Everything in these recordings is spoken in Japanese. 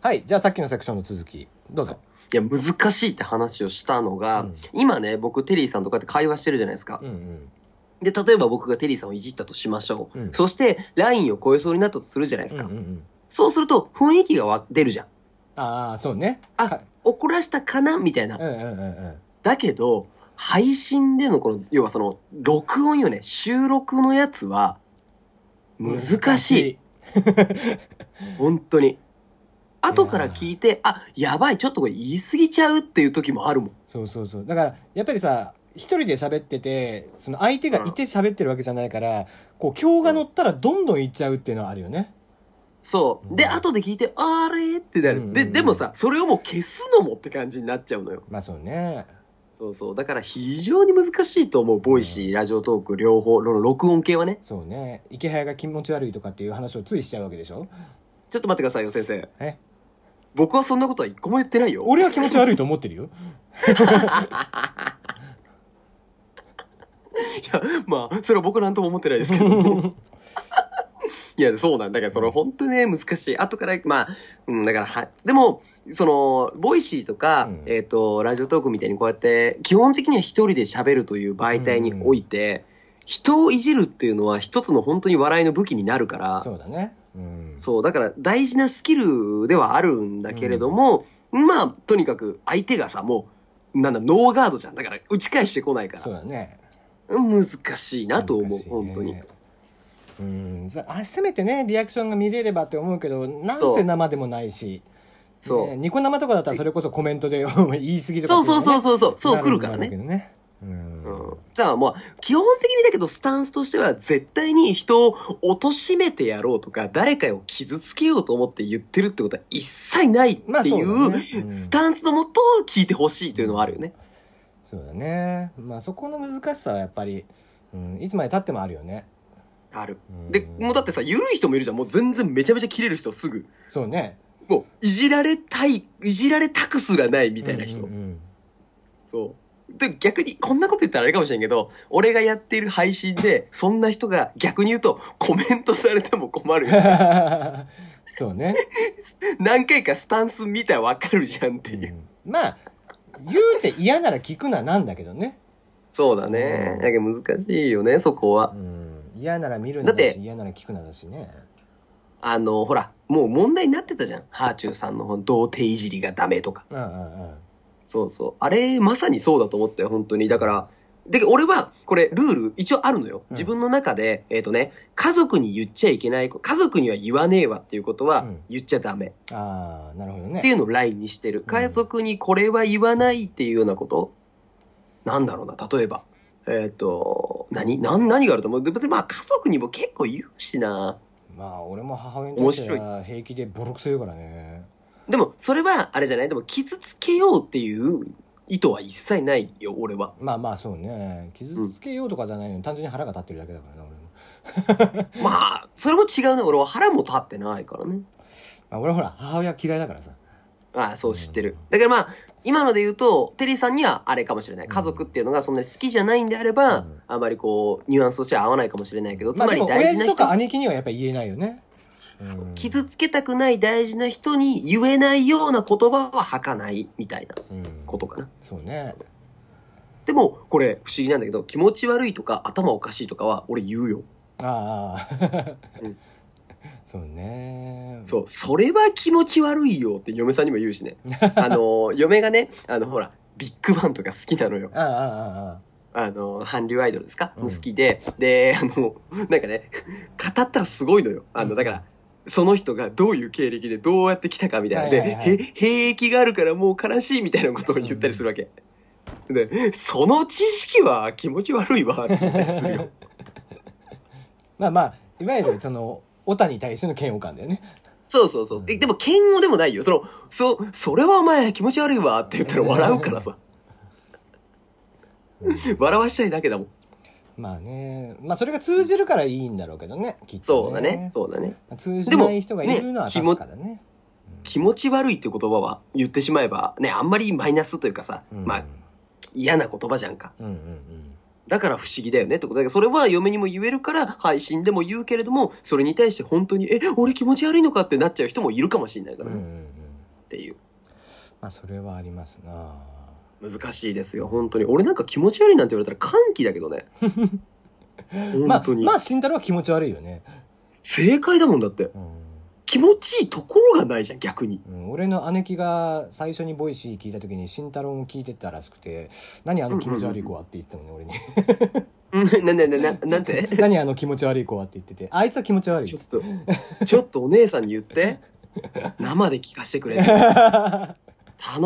はいじゃあさっきのセクションの続きどうぞいや、難しいって話をしたのが、うん今ね、僕、テリーさんとかって会話してるじゃないですか。うんで、例えば僕がテリーさんをいじったとしましょう。うんそして、ラインを超えそうになったとするじゃないでうすんうか。んうんうんそうすると、雰囲気がわ出るじゃん。ああそうねあか怒らしたかなみたいなう。んうんうんうんだけど、配信でのこの、要はその、録音よね、収録のやつは、難しい。本当に。後から聞いて、あ、やばい、ちょっとこれ言い過ぎちゃうっていう時もあるもん。そうそうそうだからやっぱりさ一人で喋っててその相手がいて喋ってるわけじゃないから、こう今日が乗ったらどんどんいっちゃうっていうのはあるよね、そう。で、うん後で聞いて、あれってなうんうんうる。んで、でもさ、それをもう消すのもって感じになっちゃうのよ。まあそうねそうそう。だから非常に難しいと思う。ボイシー、ラジオトーク、両方、の録音系はね。そうね池早が気持ち悪いとかっていう話をついしちゃうわけでしょちょっと待ってくださいよ、先生。え僕はそんなことは一個も言ってないよ。俺は気持ち悪いと思ってるよいや、 まあ、それは僕なんとも思ってないです けど。いや、そうなんだから、その本当にね、難しい。後から、まあ、うん、だから、は、でも、その、ボイシーとか、うんえっ、と、ラジオトークみたいにこうやって、基本的には一人で喋るという媒体において、人をいじるっていうのは一つの本当に笑いの武器になるから、そうだねうんそう、だから大事なスキルではあるんだけれども、まあ、とにかく相手がさ、もう、なんだ、ノーガードじゃん。だから、打ち返してこないからそう、だね難しいなと思う、難しいね本当に。うんさあせめてねリアクションが見れればって思うけどなんそせう生でもないしそう。ねニコ生とかだったらそれこそコメントで 言い過ぎとかそうそうそううそうそう、そう来るからね。ねうんうん、だからまあ、基本的にだけど、スタンスとしては、絶対に人を貶めてやろうとか、誰かを傷つけようと思って言ってるってことは一切ないっていまあそうだうねうんスタンスのもと聞いてほしいというのはあるよね。そうだねまあそこの難しさはやっぱり、うん、いつまでたってもあるよねある。うんで、もうだってさ、緩い人もいるじゃん。もう全然めちゃめちゃ切れる人すぐ。そうねもう、いじられたい、いじられたくすらないみたいな人。うんうん そう。で、逆に、こんなこと言ったらあれかもしれんけど、俺がやっている配信で、そんな人が逆に言うと、コメントされても困 るうよ。んそうね、何回かスタンス見たらわかるじゃんってういう。んまあ言うて嫌なら聞くななんだけどね、そうだね。だけど難しいよね、そこうは。ん、嫌なら見るなだだってし嫌なら聞くなだしねあの、ほら、もう問題になってたじゃん。ハーチューさんの童貞いじりがダメとか。うんうんうんそうそう。あれ、まさにそうだと思ったよ、本当に。だから、で、俺は、これ、ルール、一応あるのよ。うん自分の中で、えっ、とね、家族に言っちゃいけない、家族には言わねえわっていうことうはん、言っちゃダメ。ああなるほどってねいうのをラインにしてる。ん家族にこれは言わないっていうようなこと、なんだろうな、例えば。えっ、と、何何何があると思うで別にまあ家族にも結構言うしな。まあ俺も母親に対しては平気でボロクソ言うからねでも、それは、あれじゃないでも、傷つけようっていう意図は一切ないよ、俺は。まあまあそうね傷つけようとかじゃないのに単純に腹が立ってるだけだからな俺も、まあ、それも違うね。俺は腹も立ってないからね。まあ、俺ほら母親嫌いだからさああ、そう知ってる。だからまあ、今ので言うと、テリーさんにはあれかもしれない。家族っていうのがそんなに好きじゃないんであれば、うんあまりこう、ニュアンスとしては合わないかもしれないけど、つまあまでりも大親事父な人とか兄貴にはやっぱ言えないよね、うん傷つけたくない大事な人に言えないような言葉は吐かないみたいなうんことかな。そうねでも、これ不思議なんだけど、気持ち悪いとか頭おかしいとかは俺言うよ。ああ、うん そうねそう、それは気持ち悪いよって嫁さんにも言うしね。あの、嫁がね、あの、ほら、ビッグバンとか好きなのよ。あああああああの、韓流アイドルですか、うん好きで。で、あの、なんかね、語ったらすごいのよ。あの、だから、その人がどういう経歴でどうやって来たかみたいな。で、はいはいはいへ兵役があるからもう悲しいみたいなことを言ったりするわけ。で、その知識は気持ち悪いわって言ったりするよ。まあまあいわゆるそのオタに対しての嫌悪感だよねそうそうそう。えでも、嫌悪でもないよ。その、そ、それはお前気持ち悪いわって言ったら笑うからさ。笑わしたいだけだもん。まあねまあそれが通じるからいいんだろうけどねきっそと、うだね。そうだね。まあ通じない人がいるのはでもね確かだねうん気持ち悪いって言葉は言ってしまえば、ね、あんまりマイナスというかさ、うんまあ嫌な言葉じゃんか。うんうんうんだから不思議だよねってことだけど、それは嫁にも言えるから配信でも言うけれども、それに対して本当に、え、俺気持ち悪いのかってなっちゃう人もいるかもしれないかうんらうんうね。んっていう。まあそれはありますな難しいですよ、本当に。俺なんか気持ち悪いなんて言われたら歓喜だけ どね。ま本あ当に。まあ慎太郎は気持ち悪いよね、正解だもんだって。う気持ちいいところがないじゃん、逆に。 んうん、俺の姉貴が最初にボイシー聞いた時に慎太郎も聞いてたらしくて「何あの気持ち悪い子は」って言ってたのね俺にうんな、な、な、な、なんて 「何あの気持ち悪い子は」って言ってて「あいつは気持ち悪い」ちょっと、ちょっとお姉さんに言って。生で聞かせて くれ。頼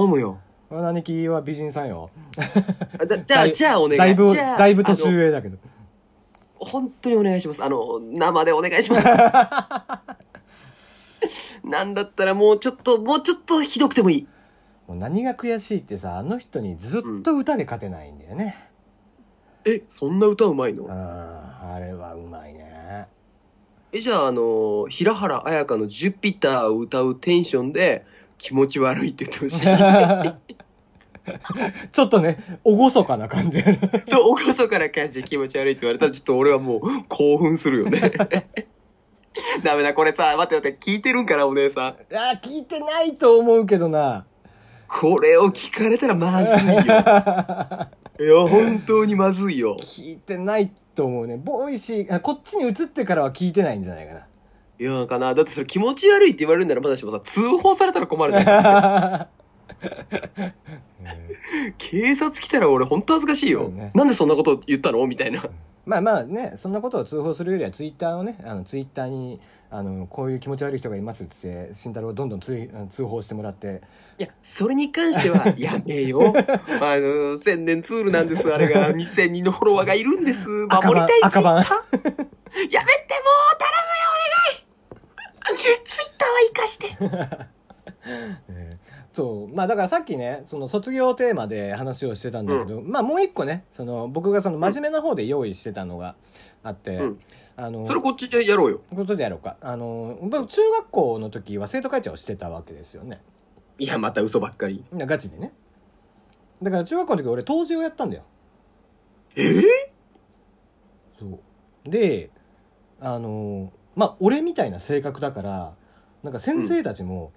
むよ。姉貴は美人さんよあだじゃだあ、いじゃあお願い。だいぶじゃあだいぶ年あの上だけど本当にお願いします。あの、生でお願いします。なんだったらもうちょっと、もうちょっとひどくてもいい。もう何が悔しいってさあの人にずっと歌で勝てないんだよね、え、そんな歌うまいのうん、あれはうまいねえ、じゃあ、あの、平原綾香のジュピターを歌うテンションで、気持ち悪いって言ってほしい。ちょっとね厳かな感 じそう、おこそから感じで気持ち悪いって言われたら、ちょっと俺はもう興奮するよね。 ダメだ、これさ、待って待って、聞いてるんかな、お姉さん。あ聞いてないと思うけどなこれを聞かれたらまずいよ。いや、本当にまずいよ。聞いてないと思うねボイシーあこっちに移ってからは聞いてないんじゃないかいや、かな。だってそれ気持ち悪いって言われるならまだしもさ、通報されたら困るじゃん。 な うん警察来たら俺本当恥ずかしいよ。そうねなんでそんなこと言ったのみたいな。まあまあねそんなことを通報するよりはツイッターをねあのツイッターにあのこういう気持ち悪い人がいますっつって慎太郎をどんどんつい通報してもらっていや、それに関して は、やめよ。あの、宣伝ツールなんです、あれが。2000人のフォロワーがいるんです。守りたい赤番赤番 Twitter やめて、もう頼むよ、お願いツイッターは生かして。えーそうまあだからさっきねその卒業テーマで話をしてたんだけど、まあもう一個ねその僕がその真面目な方で用意してたのがあって、うんあのそれこっちでやろうよ。ことでやろうかあの僕中学校の時は生徒会長をしてたわけですよねいや、また嘘ばっかり。いやガチでねだから中学校の時俺当時をやったんだよえーそうであのまあ俺みたいな性格だからなんか先生たちも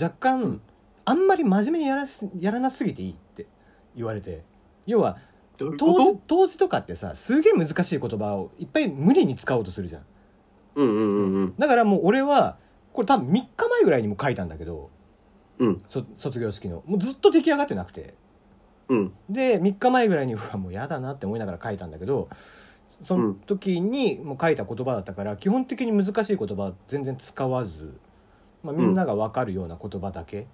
若干、うんあんまり真面目にやらすやらなすぎていいって言われて要はどういうこ当時と当時とかってさすげえ難しい言葉をいっぱい無理に使おうとするじゃんうんうんうんうん。だからもう俺はこれ多分3日前ぐらいにも書いたんだけど、うんそ卒業式のもうずっと出来上がってなくてうん。で3日前ぐらいにうわもうやだなって思いながら書いたんだけどその時にもう書いた言葉だったから基本的に難しい言葉は全然使わず、まあ、みんなが分かるような言葉だけ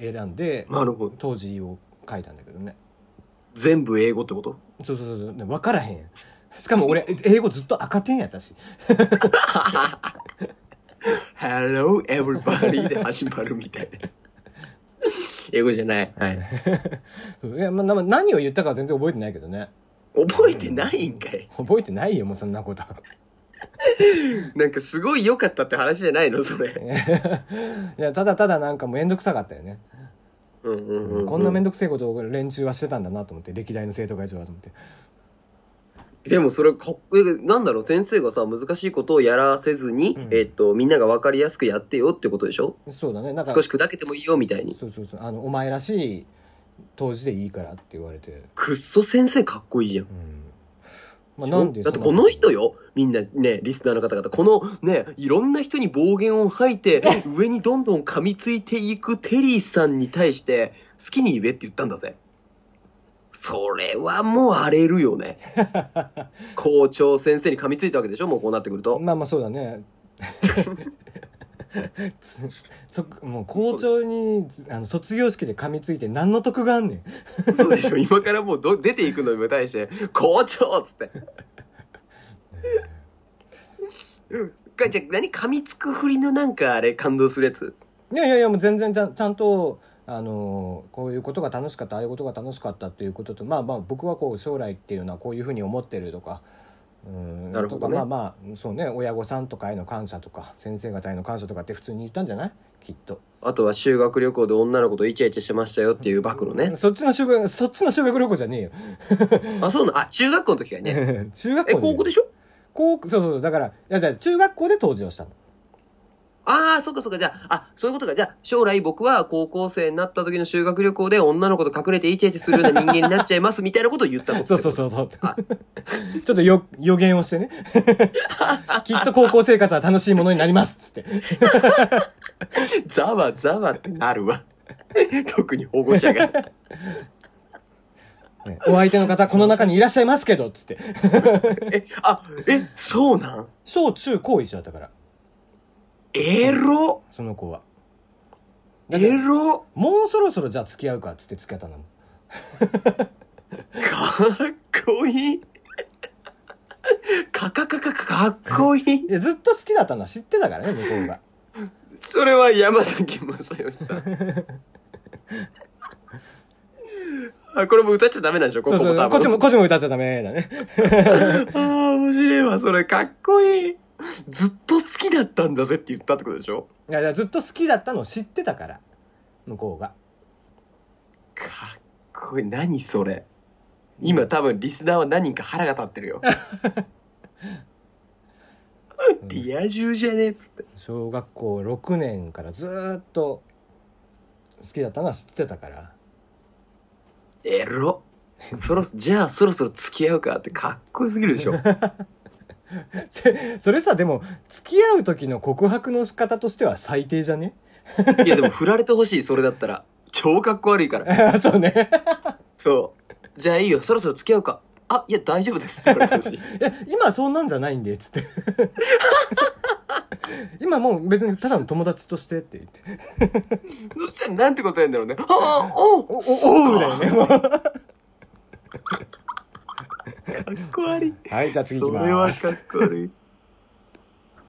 選んで、なるほど。当時を書いたんだけどね全部英語ってことそうそうそうそうね分からへんしかも俺英語ずっと赤点やったし Hello, everybody で始まるみたい な。英語じゃない。はい。そういや、まあ、な何を言ったかは全然覚えてないけどね覚えてないんかい。覚えてないよもうそんなこと なんかすごい良かったって話じゃないのそれ。いやただただなんかもう面倒くさかったよね、うんうんうん。こんな面倒くせえことを連中はしてたんだなと思って歴代の生徒会長はと思ってでもそれかっこいい。なんだろう、先生がさ、難しいことをやらせずに、うんえっと、みんなが分かりやすくやってよってことでしょそうだねなんか少し砕けてもいいよみたいに。そうそうそうあのお前らしい当時でいいからって言われて、くっそ先生かっこいいじゃん。うんまあ、なんでそだってんなこの人よ、みんなね、リスナーの方々、このね、いろんな人に暴言を吐いて、上にどんどん噛みついていくテリーさんに対して、好きに言えって言ったんだぜ。それはもう荒れる よね。校長先生に噛みついたわけでしょ、もうこうなってくると。まあまあそうだね つそもう校長にあの卒業式で噛みついて何の得があんねんそうでしょ、今からもうど出ていくのに対して、校長 っつって。がじゃあ何噛みつくふりのなんかあれ感動するやついやいやいやもう全然ちゃんちゃんとあのこういうことが楽しかったああいうことが楽しかったっていうこととまあまあ僕はこう将来っていうのはこういうふうに思ってるとか。うんなるほどとねかまあまあそうね親御さんとかへの感謝とか先生方への感謝とかって普通に言ったんじゃないきっとあとは修学旅行で女の子とイチャイチャしてましたよっていう暴露ね。そっちの修学そっちの修学旅行じゃねあ、そうなのあ、中学校の時かいえね。よ 中学校え、高校でしょ 高校そうそうだからいやじゃあ中学校で当時をしたのああ、そっかそっか、じゃあ、あ、そういうことか。じゃあ、将来僕は高校生になった時の修学旅行で女の子と隠れてイチャイチャするような人間になっちゃいますみたいなことを言ったの。そうそうそうそう。ちょっとよ予言をしてね。 きっと高校生活は楽しいものになりますっつって。ざわざわってなるわ。 特に保護者 が。ねお相手の方、この中にいらっしゃいますけどっつって。え、あ、え、そうなん小中高一だったから、エロその子は。だけエどロもうそろそろじゃあ付き合うかっつって付き合ったの。かっこいい。かかかかかっこいい。いやずっと好きだったのは知ってたからね、向こうが。それは山崎まさよ しさん。あ、これも歌っちゃダメなんでしょそうそ多う、分こっちも、こっちも歌っちゃダメだね。ああ、面白いわ、それ。かっこいい。ずっと好きだったんだぜって言ったってことでしょいやいや、ずっと好きだったのを知ってたから、向こうが。かっこいい。何それ。今多分リスナーは何人か腹が立ってるよ。リア充じゃねえっつって。小学校6年からずーっと好きだったのは知ってたからエロ。そろ、じゃあそろそろ付き合うかってかっこよすぎるでしょ。せそれさでも付き合う時の告白の仕方としては最低じゃね いやでも振られてほしい、それだったら。超かっこ悪いから。そうねそう。じゃあいいよ、そろそろ付き合うか。あ、いや大丈 夫ですって言われてほしい。いや今そんなんじゃないんでつって 今もう別にただの友達としてって言ってそしたらなんて答えんだろうね。ああ、おうおおおうだよねもうかっこ悪い。はいじゃあ次行そきまれはすかっこ悪い。